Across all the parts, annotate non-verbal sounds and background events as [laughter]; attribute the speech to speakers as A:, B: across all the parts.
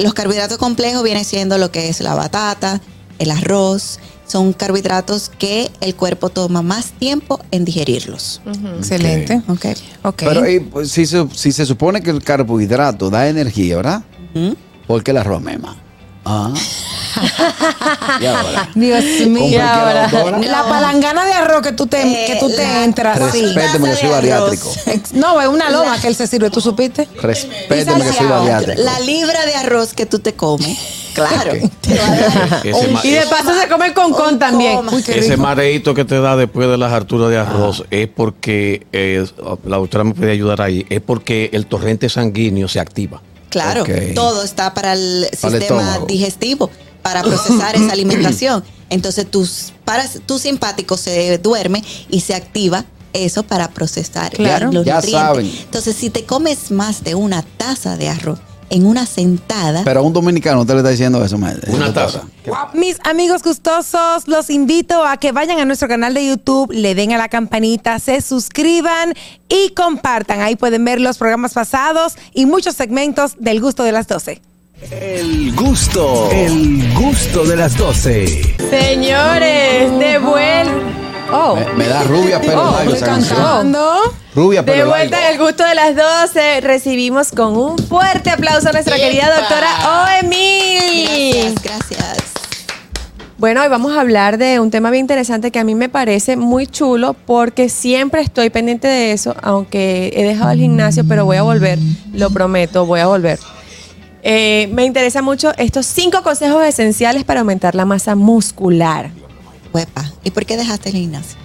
A: Los carbohidratos complejos vienen siendo lo que es la batata, el arroz. Son carbohidratos que el cuerpo toma más tiempo en digerirlos.
B: Excelente.
A: ¿ok?
B: Ok.
C: Pero eh, pues, si, se, si se supone que el carbohidrato da energía, ¿verdad?
A: Ujú.
C: ¿Por qué el arroz mema? Ah. y ahora.
B: Dios
D: eh,
B: mío.
C: cualquier
B: ahora,
C: doctora.
B: La palangana de arroz que tú te,
A: Eh,
B: que tú te
A: la-
B: entras. sí.
C: Respéteme que soy
A: Taza de arroz.
C: bariátrico.
B: Ex- No, es una loma que él se sirve, ¿tú supiste?
C: Respéteme que soy bariátrico.
A: La libra de arroz que tú te
C: [laughs]
A: comes, claro. te va a dar
B: [laughs]
D: Ese, ma-
B: Y de paso se come con con también.
A: coma.
B: Uy, qué
D: ese
B: rico.
D: mareíto que te da después de las harturas de arroz es porque, eh, la doctora me puede ayudar ahí, es porque el torrente sanguíneo se activa.
A: Claro,
C: Ok.
A: todo está para el
C: Para el
A: sistema
C: estómago.
A: digestivo, para procesar esa alimentación. Entonces tus paras, tu simpático se duerme y se activa eso para procesar
B: Claro.
A: los
C: Ya
A: nutrientes.
C: saben.
A: Entonces si te comes más de una taza de arroz en una sentada,
C: Pero a un dominicano usted le está diciendo eso, maestro.
D: Una
C: Eso
D: taza.
C: pasa.
B: Mis amigos gustosos, los invito a que vayan a nuestro canal de YouTube, le den a la campanita, se suscriban y compartan. Ahí pueden ver los programas pasados y muchos segmentos del gusto de las 12.
E: El gusto, el gusto de las 12.
F: Señores, de vuelta.
B: Oh,
C: Me, me da rubia pero
B: oh,
C: largo esa canción.
B: cantando.
C: Rubia
F: De
C: pero
F: vuelta en
C: largo.
F: el gusto de las 12, recibimos con un fuerte aplauso a nuestra querida doctora Oemil.
A: gracias, gracias.
F: Bueno, hoy vamos a hablar de un tema bien interesante que a mí me parece muy chulo porque siempre estoy pendiente de eso, aunque he dejado el gimnasio, pero voy a volver, lo prometo, voy a volver. Eh, me interesa mucho estos cinco consejos esenciales para aumentar la masa muscular.
A: Huepa, ¿y por qué dejaste el gimnasio?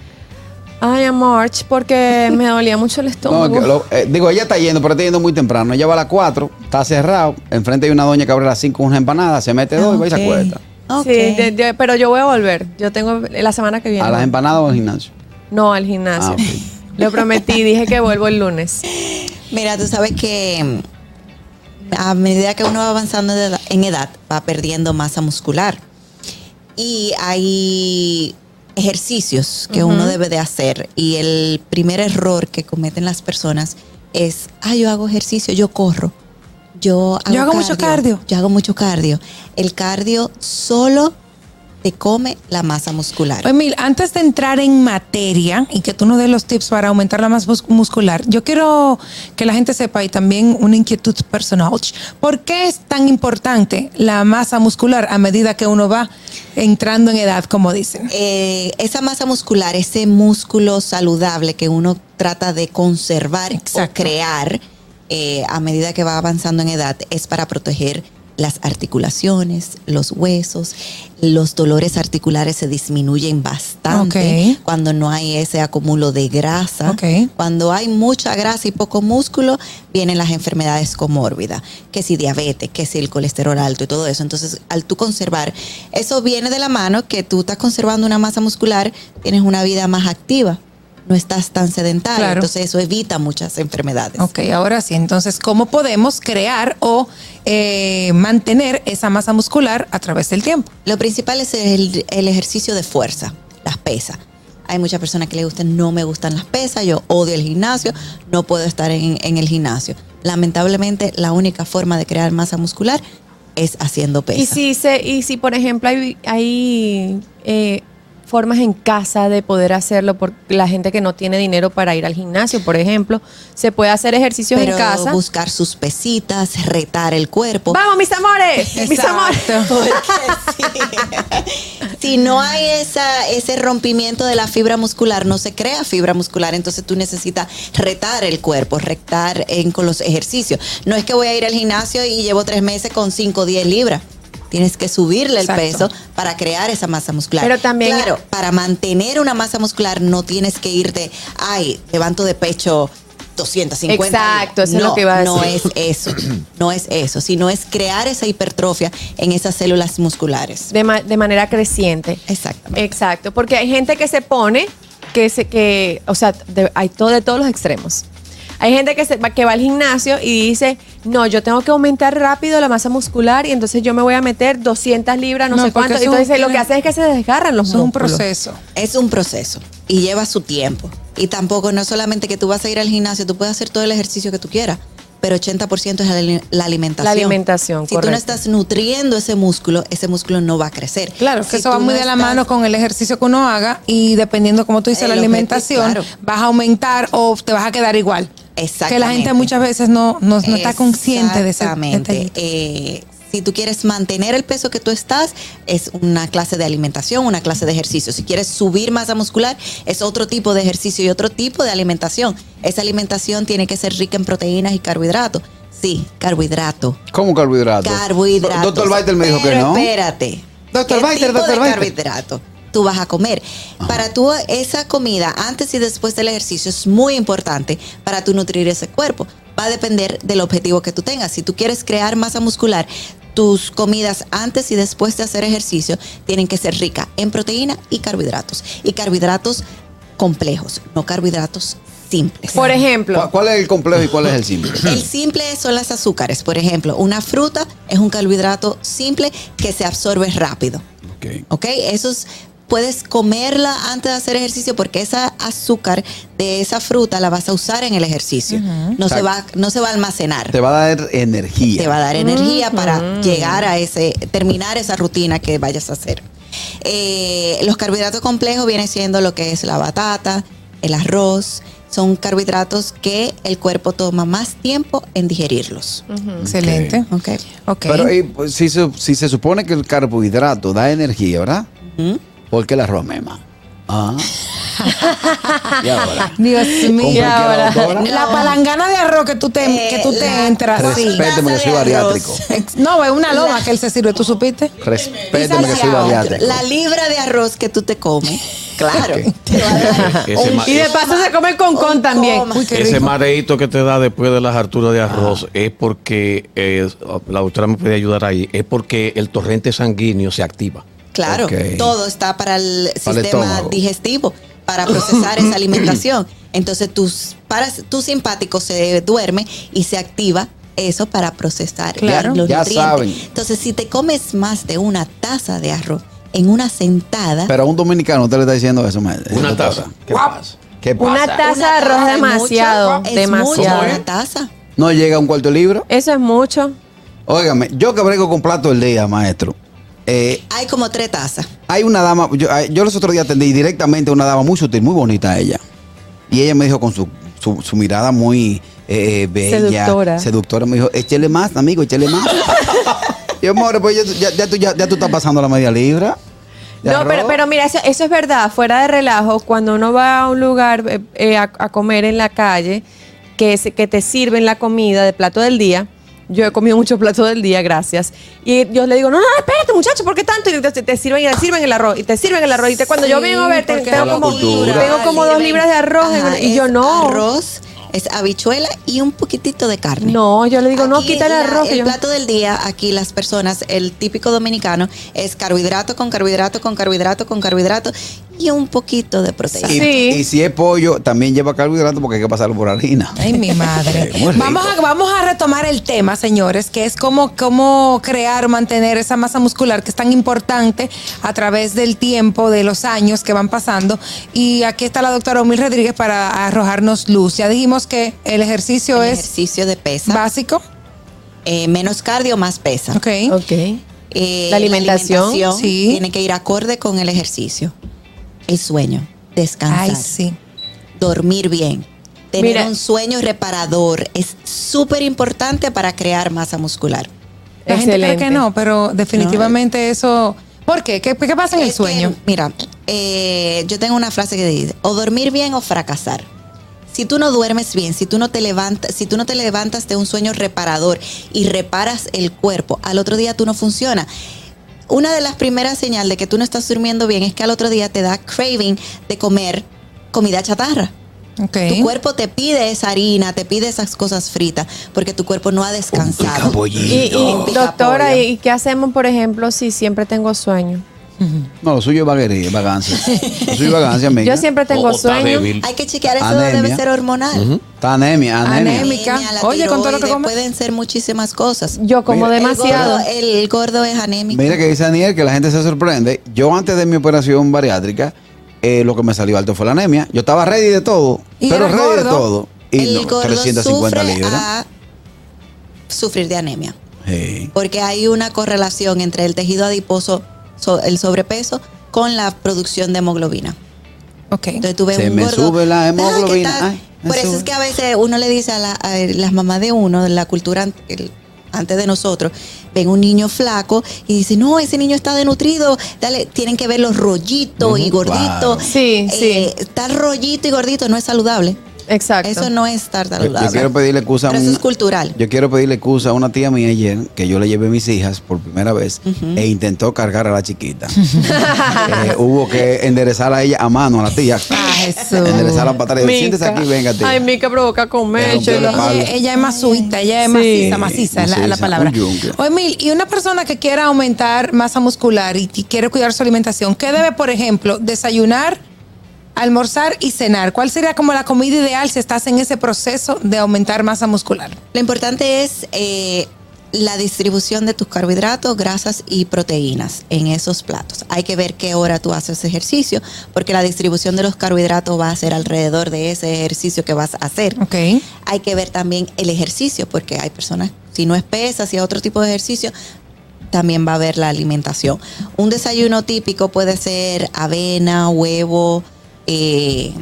F: Ay, amor, porque me dolía mucho el
C: No,
F: estómago.
C: que lo- eh, digo, ella está yendo, pero está yendo muy temprano. Ella va a las 4, está cerrado. Enfrente hay una doña que abre a las 5 unas empanadas, se mete dos y va y se
A: Ok.
C: acuesta.
A: Ok.
F: Sí, de- de- pero yo voy a volver. Yo tengo la semana que viene.
C: ¿A las empanadas o al gimnasio?
F: No, al gimnasio.
C: Ah, ok.
F: [laughs] Lo prometí, dije que vuelvo el lunes.
A: Mira, tú sabes que mm, a medida que uno va avanzando de edad- en edad, va perdiendo masa muscular. Y hay ejercicios que uno debe de hacer. Y el primer error que cometen las personas es, ah, yo hago ejercicio, yo corro. Yo hago,
B: Yo hago mucho cardio.
A: Yo hago mucho cardio. El cardio solo te come la masa muscular.
B: Emil, Pues antes de entrar en materia y que tú nos des los tips para aumentar la masa mus- muscular, yo quiero que la gente sepa y también una inquietud personal. ¿Por qué es tan importante la masa muscular a medida que uno va entrando en edad, como dicen?
A: [laughs] eh, esa masa muscular, ese músculo saludable que uno trata de conservar
B: Exacto.
A: o crear eh, a medida que va avanzando en edad, es para proteger las articulaciones, los huesos, los dolores articulares se disminuyen bastante
B: Ok.
A: cuando no hay ese acumulo de grasa.
B: Ok.
A: Cuando hay mucha grasa y poco músculo, vienen las enfermedades comórbidas, que si diabetes, que si el colesterol alto y todo eso. Entonces, al tú conservar, eso viene de la mano que tú estás conservando una masa muscular, tienes una vida más activa, no estás tan sedentario.
B: Claro.
A: Entonces, eso evita muchas enfermedades.
B: Ok, ahora sí. Entonces, ¿cómo podemos crear o eh, mantener esa masa muscular a través del tiempo?
A: Lo principal es el, el ejercicio de fuerza, las pesas. Hay muchas personas que les gustan, no me gustan las pesas, yo odio el gimnasio, no puedo estar en, en el gimnasio. Lamentablemente, la única forma de crear masa muscular es haciendo
F: Y
A: pesas.
F: si, se, y si, por ejemplo, hay, hay eh, formas en casa de poder hacerlo por la gente que no tiene dinero para ir al gimnasio, por ejemplo, se puede hacer ejercicios
A: Pero
F: en casa.
A: buscar sus pesitas, retar el cuerpo.
F: ¡Vamos, mis
C: [laughs]
F: amores! ¡Mis amores!
A: [laughs] Si no hay esa, ese rompimiento de la fibra muscular, no se crea fibra muscular, entonces tú necesitas retar el cuerpo, retar en, con los ejercicios. No es que voy a ir al gimnasio y llevo tres meses con 5 o 10 libras. Tienes que subirle
B: Exacto.
A: el peso para crear esa masa muscular.
F: Pero también-
A: Claro, para mantener una masa muscular no tienes que irte, ay, levanto de pecho 250.
F: Exacto, eso es
A: No,
F: lo que iba a
A: No
F: decir.
A: es eso,
B: [clears throat]
A: no es eso, sino es crear esa hipertrofia en esas células musculares. Eh,
F: De, ma- de manera creciente.
A: Exactamente.
F: Exacto, porque hay gente que se pone, que se, que, o sea, de- hay todo de todos los extremos. Hay gente que, se, va- que va al gimnasio y dice, no, yo tengo que aumentar rápido la masa muscular y entonces yo me voy a meter 200 libras, no,
B: No,
F: sé
B: porque eso
F: cuánto. Y entonces lo
B: tiene-
F: que hace es que se desgarran los
B: Es un
F: músculos.
B: proceso.
A: Es un proceso y lleva su tiempo. Y tampoco no es solamente que tú vas a ir al gimnasio, tú puedes hacer todo el ejercicio que tú quieras. pero 80% es la ali- la alimentación.
F: La alimentación,
A: Si tú no
F: correcto.
A: estás nutriendo ese músculo, ese músculo no va a crecer.
B: Claro, que
A: Si
B: eso
A: tú
B: va muy
A: no
B: de la
A: estás-
B: mano con el ejercicio que uno haga y dependiendo como tú dices
A: El
B: la
A: objetivo,
B: alimentación,
A: claro.
B: vas a aumentar o te vas a quedar igual.
A: Exactamente.
B: Que la gente muchas veces no, no, no está consciente de ese
A: Exactamente.
B: detallito.
A: Eh, si tú quieres mantener el peso que tú estás, es una clase de alimentación, una clase de ejercicio. Si quieres subir masa muscular, es otro tipo de ejercicio y otro tipo de alimentación. Esa alimentación tiene que ser rica en proteínas y carbohidratos. Sí, carbohidrato.
C: ¿Cómo carbohidratos?
A: Carbohidratos.
C: Do- Doctor Biter me dijo
A: Pero
C: que no.
A: Espérate.
C: Dr.
A: ¿Qué
C: Biter,
A: tipo
C: Dr.
A: de
C: Biter?
A: carbohidrato tú vas a comer? Para tú, esa comida antes y después del ejercicio es muy importante para tú nutrir ese cuerpo. Va a depender del objetivo que tú tengas. Si tú quieres crear masa muscular, tus comidas antes y después de hacer ejercicio tienen que ser ricas en proteína y carbohidratos. Y carbohidratos complejos, no carbohidratos simples.
F: Por ejemplo,
C: ¿Cuál- ¿Cuál es el complejo y cuál es el simple?
A: El simple son las azúcares. Por ejemplo, una fruta es un carbohidrato simple que se absorbe rápido.
C: Ok.
A: ¿Ok? Eso es- puedes comerla antes de hacer ejercicio porque esa azúcar de esa fruta la vas a usar en el ejercicio. no, se
C: Exacto.
A: va, no se va a almacenar.
C: Te va a dar energía.
A: Te va a dar energía para llegar a ese, terminar esa rutina que vayas a hacer. Eh, los carbohidratos complejos vienen siendo lo que es la batata, el arroz. Son carbohidratos que el cuerpo toma más tiempo en digerirlos.
B: Excelente.
A: ¿ok?
B: Ok.
C: Pero y, pues, si, se- si se supone que el carbohidrato da energía, ¿verdad? ¿Por qué el arroz mema? Ah.
A: [laughs]
C: y ahora.
B: Dios mío,
C: Compra
B: ahora.
C: que ahora-
B: la palangana de arroz que tú te,
A: Eh,
B: que tú te
A: la-
B: entras. sí.
C: Respéteme que soy
A: Taza de arroz.
C: bariátrico.
B: Ex- No, es una loma que él se sirve, ¿tú supiste?
C: Respéteme que soy
B: Saciado.
C: bariátrico.
A: La libra de arroz que tú te comes, [laughs] claro.
C: Ok.
A: te va a [laughs] dar
D: Ese ma-
F: y de paso se come el concón también.
A: coma.
B: Uy, qué
D: Ese
B: rico.
D: mareíto que te da después de las harturas de arroz es porque, eh, la doctora me puede ayudar ahí, es porque el torrente sanguíneo se activa.
A: Claro,
C: Ok.
A: todo está para el
C: Para el
A: sistema
C: estómago.
A: digestivo, para procesar esa alimentación. Entonces tus paras, tu simpático se duerme y se activa eso para procesar
B: Claro.
A: los
C: Ya
A: nutrientes.
C: saben.
A: Entonces si te comes más de una taza de arroz en una sentada,
C: Pero a un dominicano usted le está diciendo eso, maestro.
D: Una
C: Doctora.
D: taza. ¿Qué pasa?
C: ¿Qué
F: Una
C: pasa?
F: taza de arroz
A: es mucho,
F: demasiado,
A: es
F: demasiado.
A: mucho una taza.
C: ¿No llega a un cuarto de libro?
F: Eso es mucho.
C: Óigame, yo que brego con plato el día, maestro. Eh,
A: Hay como tres tazas.
C: Hay una dama, yo, ay, yo los otros días atendí directamente a una dama muy sutil, muy bonita ella. Y ella me dijo con su, su- su mirada muy eh, bella,
F: Seductora.
C: seductora, me dijo, échele más, amigo, échele
F: [laughs]
C: más. yo, more, pues ya, ya- ya tú, ya- ya tú estás pasando la media libra. de
F: No, pero,
C: arroz".
F: pero mira, eso, eso es verdad. Fuera de relajo, cuando uno va a un lugar eh, eh, a, a comer en la calle, que, se- que te sirven la comida de plato del día. Yo he comido muchos platos del día, gracias. Y yo le digo, no, no, no, espérate, muchacho, ¿por qué tanto? Y entonces te sirven, y te sirven el arroz, y te sirven el arroz. Y te- cuando yo
B: Sí,
F: vengo a ver, te-
B: porque
F: tengo,
C: la
F: como,
C: cultura.
F: tengo como dos libras de arroz. en
A: Ajá,
F: una- y yo
A: es
F: no.
A: Arroz, es habichuela y un poquitito de carne.
F: No, yo le digo, no,
A: Aquí
F: quita el
A: la-
F: arroz. que
A: El
F: yo-
A: plato del día, aquí las personas, el típico dominicano, es carbohidrato con carbohidrato con carbohidrato con carbohidrato y un poquito de proteína.
C: Y,
F: Sí.
C: y si es pollo, también lleva carbohidratos porque hay que pasarlo por harina.
B: Ay, mi madre.
C: Qué rico.
B: Vamos a, vamos a retomar el tema, señores, que es cómo, cómo crear, mantener esa masa muscular que es tan importante a través del tiempo, de los años que van pasando. Y aquí está la doctora Omil Rodríguez para arrojarnos luz. Ya dijimos que el ejercicio
A: El
B: es
A: ejercicio de pesa,
B: básico.
A: eh, menos cardio, más pesa.
B: Ok.
F: Ok.
A: Eh,
F: La alimentación,
B: sí.
A: tiene que ir acorde con el ejercicio. El sueño, descansar,
B: Ay, sí.
A: dormir bien. Tener
F: Mira.
A: un sueño reparador es súper importante para crear masa muscular.
B: La gente cree
F: Excelente.
B: que no, pero definitivamente eso. ¿Por qué? ¿Qué, qué pasa en el
A: Es que,
B: sueño?
A: mira, eh, yo tengo una frase que dice, o dormir bien o fracasar. Si tú no duermes bien, si tú no te levantas, si tú no te levantas de un sueño reparador y reparas el cuerpo, al otro día tú no funciona. Una de las primeras señales de que tú no estás durmiendo bien es que al otro día te da craving de comer comida chatarra.
B: Ok.
A: Tu cuerpo te pide esa harina, te pide esas cosas fritas, porque tu cuerpo no ha descansado.
F: Y,
A: Un
F: y
A: picapollo.
F: doctora, ¿y qué hacemos, por ejemplo, si siempre tengo sueño?
C: No, lo suyo es vaguería, vagancia. Lo suyo es vagancia, amiga.
F: Yo siempre tengo
D: O Oh, está
F: sueño.
D: débil.
A: Hay que chequear eso,
C: Anemia.
A: debe ser hormonal.
C: Está anemia, anemia.
B: Anemia.
A: la
B: Oye, con todo lo que
A: tiroides,
B: come.
A: pueden ser muchísimas cosas.
F: Yo como
C: Mira,
F: demasiado.
A: El gordo, eh, el gordo es anémico.
C: Mira que dice Daniel que la gente se sorprende. Yo antes de mi operación bariátrica, eh, lo que me salió alto fue la anemia. Yo estaba ready de todo,
B: ¿Y
C: pero
B: era
C: ready de
B: gordo?
C: todo. Y
A: el
C: no,
A: gordo
C: 350
A: sufre
C: libras.
A: a sufrir de anemia.
C: Sí.
A: Porque hay una correlación entre el tejido adiposo, so- el sobrepeso, con la producción de hemoglobina.
B: Ok.
A: Entonces tú ves
C: Se
A: un
C: me
A: gordo,
C: sube la
A: "Ah, ¿qué
C: hemoglobina?
A: tal?".
C: Ay, me
A: Por eso
C: sube.
A: es que a veces uno le dice a, la- a las mamás de uno, de la cultura an- el- antes de nosotros, ven un niño flaco y dicen, no, ese niño está desnutrido, dale, tienen que ver los rollitos y
C: Ujú,
A: gorditos.
C: claro.
F: Sí, sí.
A: Estar rollito y gordito no es saludable.
F: Exacto.
A: Eso no es estar
C: Yo,
A: saludable.
C: yo quiero pedirle excusa a
A: Pero eso
C: una-
A: es cultural.
C: Yo quiero pedirle excusa a una tía mía ayer que yo le llevé mis hijas por primera vez e intentó cargar a
A: [laughs]
C: la chiquita. Eh, hubo que enderezar a ella a mano, a la tía.
B: Ah, Jesús.
C: Enderezarla para atrás. y decir, Siéntese
F: Mica.
C: aquí, venga, tía.
F: Ay, Mica provoca
C: Me
F: comer.
C: rompió la
F: chela.
C: espalda.
B: Ella, ella es mazuita, ella es
F: Sí.
B: maciza, maciza, es la, la
C: Maciza,
B: palabra.
C: un yunque.
B: Oye, Mil, y una persona que quiera aumentar masa muscular y, y quiere cuidar su alimentación, ¿qué debe, por ejemplo, desayunar, almorzar y cenar? ¿Cuál sería como la comida ideal si estás en ese proceso de aumentar masa muscular?
A: Lo importante es eh, la distribución de tus carbohidratos, grasas y proteínas en esos platos. Hay que ver qué hora tú haces ejercicio, porque la distribución de los carbohidratos va a ser alrededor de ese ejercicio que vas a hacer.
B: Ok.
A: Hay que ver también el ejercicio, porque hay personas, si no es pesa, si es otro tipo de ejercicio, también va a haber la alimentación. Un desayuno típico puede ser avena, huevo, eh,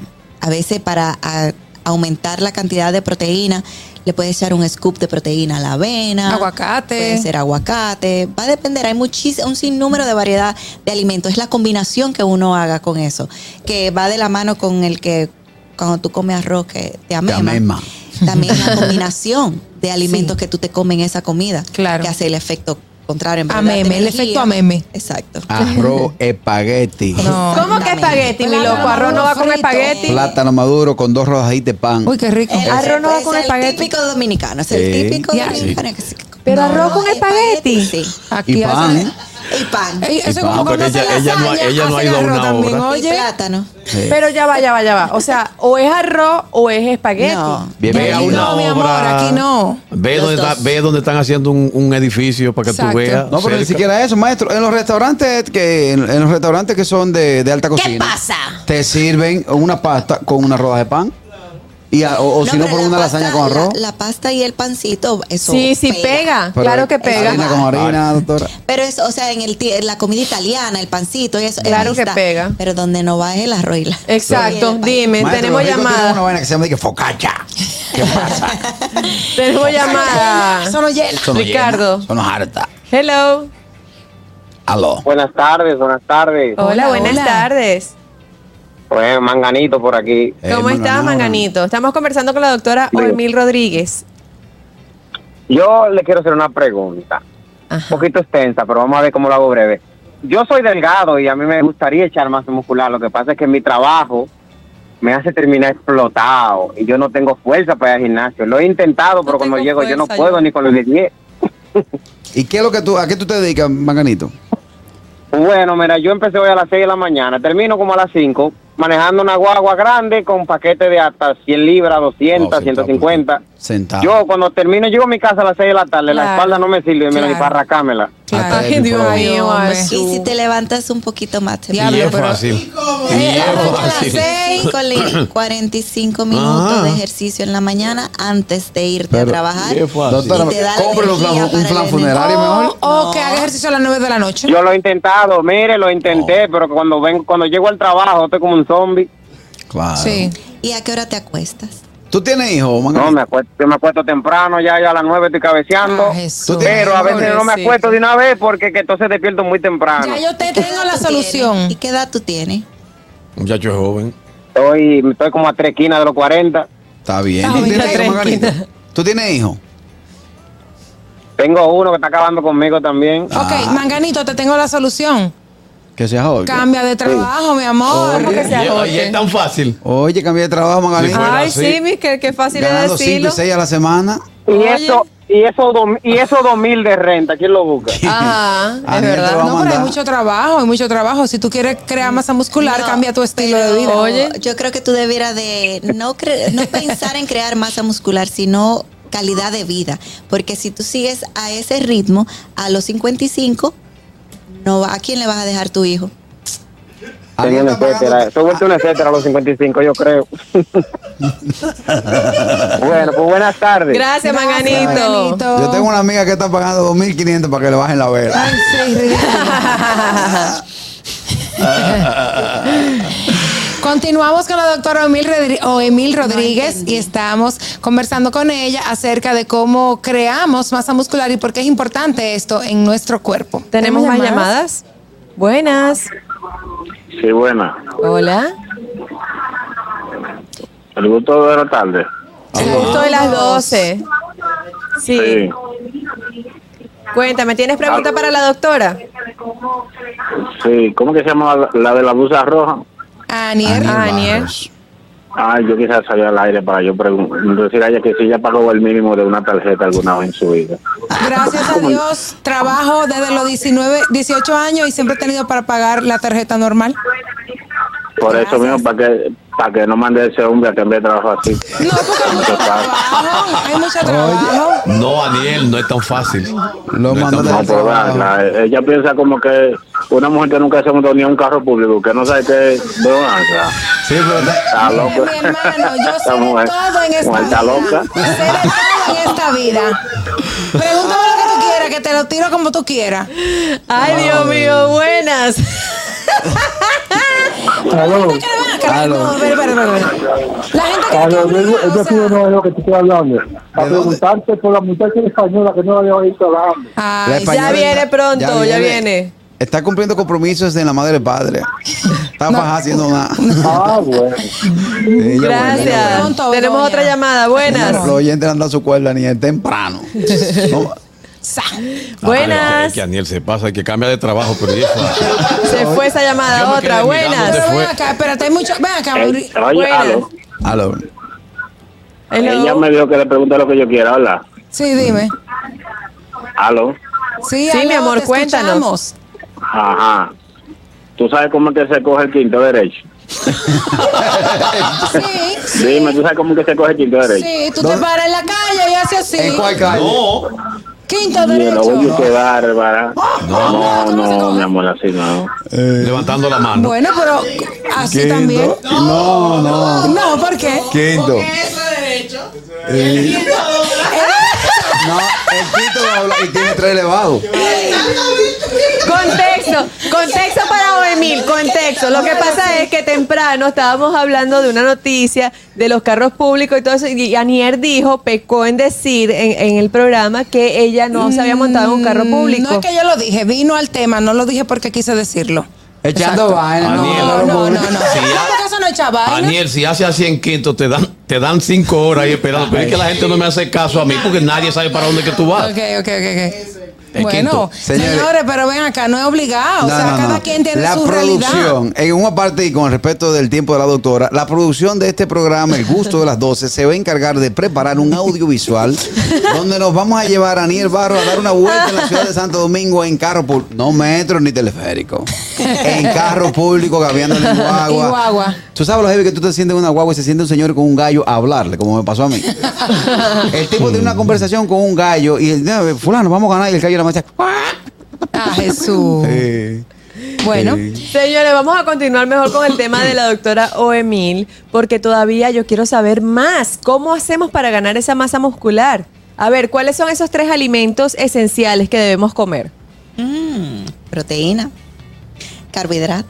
A: a veces para a- aumentar la cantidad de proteína, le puedes echar un scoop de proteína a la avena.
B: Aguacate.
A: Puede ser aguacate. Va a depender, hay muchísimo, un sinnúmero de variedad de alimentos. Es la combinación que uno haga con eso, que va de la mano con el que cuando tú comes arroz que te amema.
C: amema.
A: También la combinación de alimentos
B: Sí.
A: que tú te comes en esa comida
B: Claro.
A: que hace el efecto contrario. en vez de
B: Ameme,
A: darte
B: el
A: energía.
B: efecto ameme.
A: Exacto.
C: Ah. Arroz, espagueti,
B: No.
F: ¿Cómo que espagueti, mi loco? Arroz no va a comer
B: Frito.
F: espagueti.
C: plátano maduro con dos rodajitas de pan.
B: Uy, qué rico.
A: El
F: arroz no va
A: es
F: con
A: Eh, el
F: espagueti.
A: típico dominicano, es el
C: Sí.
A: típico
B: Ya.
A: dominicano. que sí.
F: Pero arroz con espagueti.
A: Sí.
B: Aquí
C: y
B: hacen-
C: pan. ¿eh?
A: Y pan.
B: Ey, eso
C: Y
B: es
C: pan,
B: como
D: porque
B: cuando
D: ella-
B: hacen
D: ella no ha-
B: lasaña,
D: ella no ha
B: hacen
D: ido a
B: arroz
D: una
B: también.
D: obra.
A: Y
B: Oye,
A: plátano.
C: Sí.
F: Pero ya va, ya va, ya va. O sea, o es arroz o es espagueti.
A: No.
D: Ve a
C: Bienvenido.
D: una
B: No, mi
D: obra.
B: amor, aquí no.
D: Ve
A: Los
D: dónde, está-
A: dos.
D: ve dónde están haciendo un, un edificio para que
B: Exacto.
D: tú veas.
C: No, pero ni
D: cerca.
C: siquiera eso, maestro. En los restaurantes que en, en los restaurantes que son de, de alta cocina.
A: pasa?
C: Te sirven una pasta con una rodaja de pan y a- o, o
A: No,
C: si no
A: pero
C: por
A: la
C: una
A: pasta-
C: lasaña con arroz.
A: La, la pasta y el pancito, eso
F: Sí, sí, pega.
C: Pero
F: claro que pega.
C: Harina con harina, doctora.
A: Pero es, o sea, en, el, ti- en la comida italiana, el pancito y eso. eh,
F: Claro
A: ahí
F: que
A: está.
F: pega.
A: Pero donde no va es el arroz y la- y
F: Exacto.
A: el pan.
F: Dime,
C: Maestro, los
F: tenemos
C: ricos tienen una
F: llamada.
C: vaina que se llama de que focacha. ¿Qué pasa?
F: [laughs] Tenemos llamada.
A: [laughs]
B: Eso no llena.
C: Eso no llena,
F: Ricardo.
C: Eso no harta.
F: Hello.
C: Aló.
G: Buenas tardes, buenas tardes.
F: Hola,
B: Hola,
F: buenas
B: hola.
F: tardes.
G: Pues Manganito por aquí.
F: ¿Cómo
C: Eh, Manganito.
F: estás, Manganito? Estamos conversando con la doctora
G: Bien.
F: Ormil Rodríguez.
G: Yo le quiero hacer una pregunta, un
F: Ajá.
G: poquito extensa, pero vamos a ver cómo lo hago breve. Yo soy delgado y a mí me gustaría echar masa muscular. Lo que pasa es que mi trabajo me hace terminar explotado y yo no tengo fuerza para ir al gimnasio. Lo he intentado, pero cuando
F: tengo
G: llego yo no
F: fuerza,
G: puedo
F: yo.
G: ni con los de 10.
C: ¿Y qué es lo que tú, a qué tú te dedicas, Manganito?
G: Bueno, mira, yo empecé hoy a las 6 de la mañana, termino como a las 5, manejando una guagua grande con paquete de hasta 100 libras, 200,
C: Oh, sentado,
G: 150.
C: Sentado.
G: Yo cuando termino, llego a mi casa a las 6 de la tarde,
F: Claro.
G: la espalda no me sirve, me
B: Claro.
G: la embarracámela.
B: Claro.
C: Ay, Dios
B: Ay,
F: mío,
B: hombre.
F: ay.
A: Y si te levantas un poquito más, te
D: Y
B: Diablo,
D: es
B: pero-
D: fácil. Y
A: Eh,
D: es
A: a las
D: fácil.
A: seis, con
C: [clears throat]
A: li- 45 minutos
D: Ah.
A: de ejercicio en la mañana antes de irte
C: Pero-
A: a trabajar.
D: y es fácil.
C: Doctora,
A: Y Ah, te da la
C: compre un
A: energía
C: plan, un
A: para Oh,
C: plan
A: el
C: funerario
B: O,
C: mejor.
B: o
A: No.
B: que haga ejercicio a las 9 de la noche.
G: Yo lo he intentado, mire, lo intenté, pero cuando vengo, cuando llego al trabajo estoy como un zombie.
A: oh.
C: Claro.
B: Sí.
A: ¿Y a qué hora te acuestas?
C: ¿Tú tienes hijos,
G: No,
C: Manganito?
G: me acuesto, yo me acuesto temprano, ya, ya a las 9 estoy cabeceando.
B: Ah, Jesús.
G: pero a veces no me
F: Pobrecito.
G: acuesto de una vez porque que entonces despierto muy temprano.
B: Ya yo te
A: ¿Y qué
B: tengo
A: edad
B: la
A: tú tienes?
B: solución.
A: ¿Y qué edad tú tienes?
D: Muchacho joven.
G: Estoy, estoy como a tres esquinas de los 40.
C: Está bien.
B: Ah,
C: ¿Tú
B: mira,
C: tienes hijos,
B: tranquila.
C: Manganito? ¿Tú tienes hijos?
G: Tengo uno que está acabando conmigo también.
C: Ah.
B: Ok, Manganito, te tengo la solución.
C: Que sea joven.
B: Cambia de trabajo, mi amor.
F: ¿Cómo que se
D: Y-
F: ajote?
D: y es tan fácil.
C: Oye, cambié de trabajo, Manganito.
D: fuera
F: Ay,
D: así,
F: sí, mi, qué, qué fácil es
C: Ganando 5
F: decirlo.
C: y 6 a la semana.
G: Y
F: Oye.
G: eso, y eso, dos- y eso dos mil de renta, ¿quién lo busca?
C: [laughs]
F: Ajá,
C: Ah, mira,
F: es verdad.
C: te va
B: No,
C: a
B: pero hay
C: mandar.
B: mucho trabajo, hay mucho trabajo. Si tú quieres crear masa muscular,
A: No,
B: cambia tu estilo de
A: pero
B: vida.
F: Oye.
A: Yo creo que tú debieras de no, cre- no pensar en crear masa muscular, sino calidad de vida. Porque si tú sigues a ese ritmo, a los 55, no, va- ¿a quién le vas a dejar tu hijo?
G: Tenía un etcétera. Soy vuelto un etcétera a los 55, yo creo. bueno, pues buenas tardes.
F: Gracias, Manganito.
C: Yo tengo una amiga que está pagando 2.500 para que le bajen la vela.
B: Ay, sí, ridículo.
F: [laughs]
B: Continuamos con la doctora Emil, Rodri- o Emil Rodríguez y estamos conversando con ella acerca de cómo creamos masa muscular y por qué es importante esto en nuestro cuerpo.
F: ¿Tenemos más llamadas? Buenas.
H: Sí, buena.
F: Hola.
H: El gusto de la tarde.
F: El gusto de las 12. Sí. Cuéntame, ¿tienes pregunta para la doctora?
H: Sí, ¿cómo que se llama la, la de la blusa roja?
B: Aniel.
F: Aniel.
C: Barros.
H: Ah, yo quizás salir al aire para yo pregun- decir a ella que si ella pagó el mínimo de una tarjeta alguna vez en su vida.
B: Gracias a Dios, trabajo desde los 19, 18 años y siempre he tenido para pagar la tarjeta normal.
H: Por eso mismo, para que para que no mande ese hombre a que en vez de trabajo así.
B: No, porque hay mucho trabajo, hay mucho trabajo.
D: No, Aniel, no es tan fácil.
C: Lo
D: No es
C: mandó
D: tan
C: de
H: No,
D: fácil.
H: pero verla, ella piensa como que una mujer que nunca se montó ni a un carro público, que no sabe qué es de bonanza.
C: Sí, pero está-
H: Está
B: Mira,
H: loco.
B: mi [laughs] hermano, yo sé
H: Esa
B: de
H: mujer-
B: todo en esta vida.
H: mujer está loca.
B: Sé de todo en esta vida. Pregúntame lo que tú quieras, que te lo tiro como tú quieras. Ah,
F: Ay, Dios mío, buenas.
B: La gente que le va- que le- no, espera, espera, espera, espera. La gente que le obliga, o sea-
I: no es lo que te estoy hablando. A
C: ¿De dónde?
I: preguntarte por la muchacha española que no había visto hablando.
B: Ay,
C: la
B: sí.
C: española
F: viene
C: está-
F: pronto, ya viene.
C: Está cumpliendo compromisos de la madre padre. Está fajada haciendo nada.
I: Ah, bueno.
C: Sí, ella vuelve, ella
F: Gracias.
C: vuelve.
B: Pronto,
F: Tenemos
B: Begoña.
F: otra llamada.
C: Los
F: Buenas.
C: oyentes le han dado su cuerda ni es
F: [laughs]
C: temprano. No,
B: Sa.
D: Ah,
F: Buenas.
D: Es que Aniel se pasa, es que cambia de trabajo, pero ella es fácil.
F: [laughs] Se fue esa
D: Yo me
F: llamada.
D: quedé
F: Otra.
B: Pero
D: mirando de
F: Buenas.
D: fu-
B: ven
D: fue.
B: acá, espérate, hay mucho. Ven acá,
H: Eh,
B: Uri.
H: Oye,
F: Buenas.
H: aló.
C: aló.
F: Hello.
H: Ella me dijo que le pregunte lo que yo quiera, hola.
B: Sí, dime.
H: Aló.
B: Sí,
F: Sí, mi
B: aló,
F: amor,
B: te
F: cuéntanos.
B: escuchamos.
H: Ajá. ¿Tú sabes cómo es que se coge el quinto derecho?
B: Sí, sí.
H: Dime, ¿tú sabes cómo es que se coge el quinto derecho?
B: Sí, tú te paras en la calle y haces así.
C: ¿En cuál calle?
D: No,
B: Quinto
H: Dios, oye,
B: derecho. Oh,
H: qué bárbara. No, no, mi amor, así no.
C: Eh,
D: levantando la mano.
B: Bueno, pero así
C: quinto.
B: también.
C: No, Ah. no.
B: No, ¿por qué?
C: Quinto. Eh, No, el quinto dobla y tiene tres elevados.
F: Contexto, contexto para Emil, contexto. Lo que pasa es que temprano estábamos hablando de una noticia de los carros públicos y todo eso, y Anier dijo, pecó en decir en, en el programa que ella no se había montado en un carro público.
B: Mm, No es que yo lo dije, vino al tema, no lo dije porque quise decirlo.
C: Echando vaina.
D: no, Aniel.
B: No, no, no, no.
D: Sí,
B: No,
D: ya.
B: porque eso no es chavaina.
D: Aniel, si hace así en quinto, te dan, te dan cinco horas ahí esperando. Pero es que la gente no me hace caso a mí porque nadie sabe para dónde que tú vas.
B: Ok, ok, ok, ok.
D: El
B: Bueno,
D: quinto.
B: señores,
C: Señores,
B: pero ven acá, no es obligado. o
C: No,
B: sea,
C: no,
B: cada
C: no.
B: quien tiene
C: la
B: su realidad.
C: producción, en una parte y con respecto del tiempo de la doctora, la producción de este programa, El Gusto de las 12, se va a encargar de preparar
B: [laughs]
C: un audiovisual donde nos vamos a llevar a Aniel Barro a dar una vuelta en la ciudad de Santo Domingo en carro público, no metro ni teleférico, en carro público, gaviando en guagua.
B: Y guagua.
C: Tú sabes lo heavy que tú te sientes en una guagua y se siente un señor con un gallo a hablarle, como me pasó a mí. El tipo tiene una conversación con un gallo y el fulano, vamos a ganar y el gallo la maestra.
B: Ah, Jesús. Bueno.
F: Señores, vamos a continuar mejor con el tema de la doctora Oemil, porque todavía yo quiero saber más. ¿Cómo hacemos para ganar esa masa muscular? A ver, ¿cuáles son esos tres alimentos esenciales que debemos comer?
A: Mm, proteína, carbohidrato.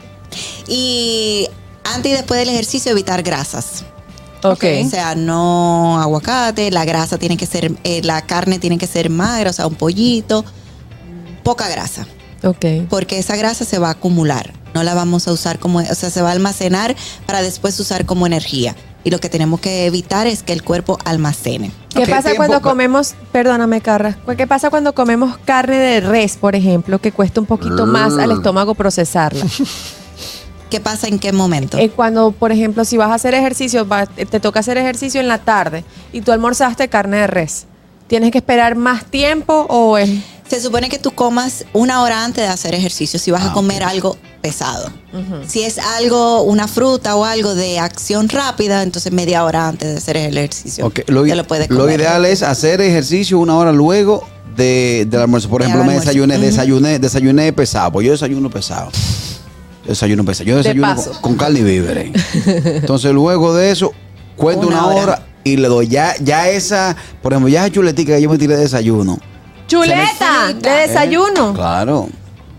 A: Y antes y después del ejercicio evitar grasas.
F: Ok.
A: O sea, no aguacate, la grasa tiene que ser, eh, la carne tiene que ser magra, o sea, un pollito, poca grasa,
F: Ok.
A: porque esa grasa se va a acumular, no la vamos a usar como, o sea, se va a almacenar para después usar como energía. Y lo que tenemos que evitar es que el cuerpo almacene.
F: ¿Qué
C: Ok,
F: pasa
C: tiempo
F: cuando
C: pa-
F: comemos, perdóname Carra, ¿qué pasa cuando comemos carne de res, por ejemplo, que cuesta un poquito más al estómago procesarla?
A: ¿Qué pasa en qué momento?
F: Eh, cuando, por ejemplo, si vas a hacer ejercicio, va- te toca hacer ejercicio en la tarde y tú almorzaste carne de res, ¿tienes que esperar más tiempo o es...?
A: Se supone que tú comas una hora antes de hacer ejercicio si vas
C: Ah,
A: a comer algo pesado. Si es algo, una fruta o algo de acción rápida, entonces media hora antes de hacer el ejercicio.
C: Ok, Lo,
A: Te lo puedes
C: lo
A: comer.
C: ideal es hacer ejercicio una hora luego de, del almuerzo. Por
A: Del
C: ejemplo, me
A: almuerzo.
C: desayuné,
A: Ujú.
C: desayuné, desayuné pesado. porque yo desayuno pesado. Desayuno pesado. Yo desayuno
F: paso.
C: con, con carne y víveres. Entonces, luego de eso, cuento
A: Una
C: una, hora.
A: hora.
C: y le doy ya, ya esa, por ejemplo, ya esa chuletica que yo me tiré de desayuno.
F: Chuleta de
C: ¿eh?
F: desayuno.
C: Claro.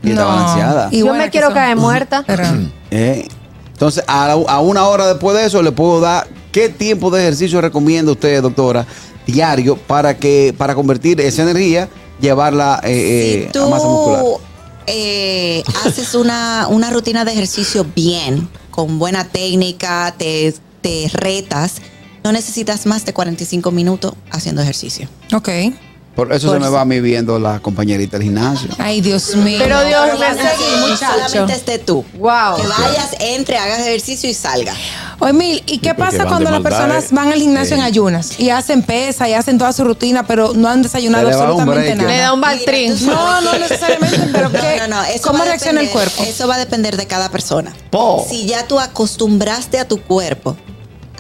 C: Y está
B: No.
C: balanceada.
B: Y
F: Yo
B: buena
F: me
B: que
F: quiero
B: son.
F: caer muerta.
B: Pero,
C: ¿eh? Entonces, a, la- a una hora después de eso, le puedo dar qué tiempo de ejercicio recomienda usted, doctora, diario, para que para convertir esa energía, llevarla eh, eh,
A: si
C: a masa muscular.
A: tú eh, haces una, una rutina de ejercicio bien, con buena técnica, te, te retas, no necesitas más de 45 minutos haciendo ejercicio.
B: ok.
C: Por eso
A: por
C: se me
A: si-
C: va a mí viendo la compañerita del gimnasio.
B: Ay, Dios mío.
F: Pero Dios
A: Pero
F: me
A: vas a decir,
F: seguí,
A: solamente
F: muchacho.
A: esté tú.
F: Wow.
A: Que vayas, entre, hagas ejercicio y salga.
B: Oye, Mil, ¿y qué
D: Porque
B: pasa
D: van de
B: cuando las
D: maldades,
B: personas van al gimnasio en
D: eh.
B: ayunas y hacen pesa y hacen toda su rutina, pero no han desayunado
C: Se le va un
B: absolutamente
C: break, ¿eh?
B: nada?
F: Le da un
A: Mira,
F: baltrín.
A: tú sabes
B: No, no
A: que-
B: necesariamente, pero
A: No,
B: ¿qué?
A: no, no, eso
B: ¿cómo
A: va a
B: reacciona el
A: depender-
B: cuerpo?
A: Eso va a depender de cada persona.
D: Po.
A: Si ya tú acostumbraste a tu cuerpo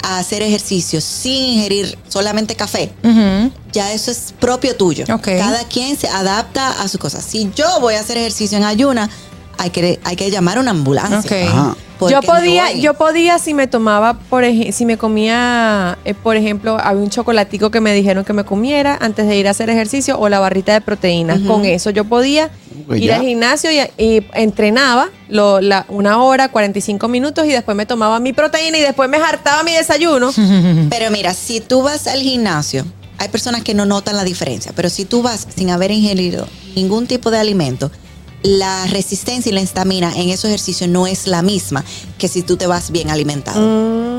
A: a hacer ejercicio sin ingerir solamente café,
B: Ujú.
A: ya eso es propio tuyo.
B: Ok.
A: Cada quien se adapta a su cosa. Si yo voy a hacer ejercicio en ayuna, hay que, hay que llamar a una ambulancia.
B: Ok.
C: Ajá.
A: Porque
F: Yo podía,
A: no hay.
F: yo podía si me tomaba, por ej- si me comía, eh, por ejemplo, había un chocolatico que me dijeron que me comiera antes de ir a hacer ejercicio o la barrita de proteínas. Con eso yo podía
C: Pues
F: ir
C: ya.
F: al gimnasio y, y entrenaba lo- la- una hora, 45 minutos y después me tomaba mi proteína y después me hartaba mi desayuno.
A: Pero mira, si tú vas al gimnasio, hay personas que no notan la diferencia, pero si tú vas sin haber ingerido ningún tipo de alimento, la resistencia y la estamina en esos ejercicios no es la misma que si tú te vas bien alimentado.
F: Mm.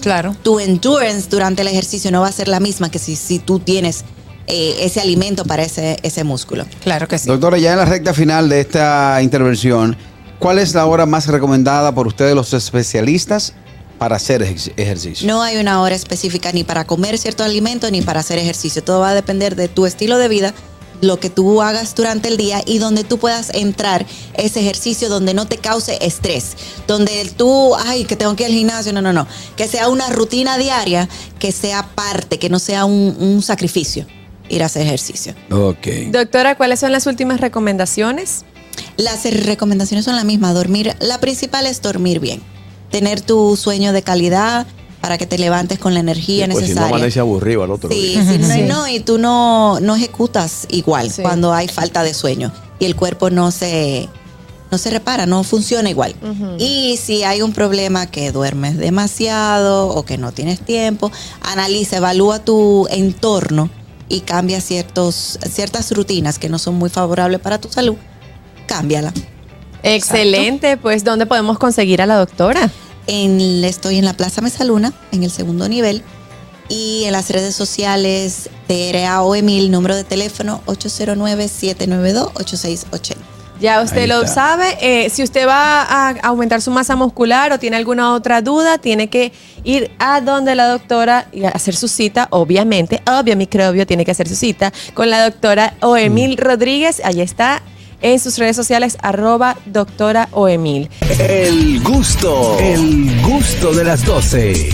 B: Claro.
A: Tu endurance durante el ejercicio no va a ser la misma que si, si tú tienes eh, ese alimento para ese, ese músculo.
B: Claro que sí.
C: Doctora, ya en la recta final de esta intervención, ¿cuál es la hora más recomendada por ustedes los especialistas para hacer ej- ejercicio?
A: No hay una hora específica ni para comer cierto alimento ni para hacer ejercicio. Todo va a depender de tu estilo de vida, lo que tú hagas durante el día y donde tú puedas entrar ese ejercicio donde no te cause estrés. Donde el tú, ay, que tengo que ir al gimnasio. No, no, no. Que sea una rutina diaria, que sea parte, que no sea un, un sacrificio ir a hacer ejercicio.
C: Ok.
F: Doctora, ¿cuáles son las últimas recomendaciones?
A: Las recomendaciones son las mismas, dormir. La principal es dormir bien, tener tu sueño de calidad para que te levantes con la energía
D: Pues si no
A: necesaria.
D: amanece aburrido al otro
A: Sí,
D: día.
A: sí, no, y no, y tú no, no ejecutas igual
F: Sí.
A: cuando hay falta de sueño y el cuerpo no se, no se repara, no funciona igual. Y si hay un problema que duermes demasiado o que no tienes tiempo, analiza, evalúa tu entorno y cambia ciertos, ciertas rutinas que no son muy favorables para tu salud. Cámbiala.
F: Excelente, pues ¿dónde podemos conseguir a la doctora?
A: En, estoy en la Plaza Mesaluna, en el segundo nivel. Y en las redes sociales, TRA o Emil, número de teléfono 809-792-8680.
F: Ya usted
C: Ahí
F: lo
C: está.
F: sabe. eh, si usted va a aumentar su masa muscular o tiene alguna otra duda, tiene que ir a donde la doctora y hacer su cita. Obviamente, obvio microbio tiene que hacer su cita con la doctora Oemil
C: Mm.
F: Rodríguez. Ahí está en sus redes sociales arroba doctora Oemil.
E: El gusto, el gusto de las doce.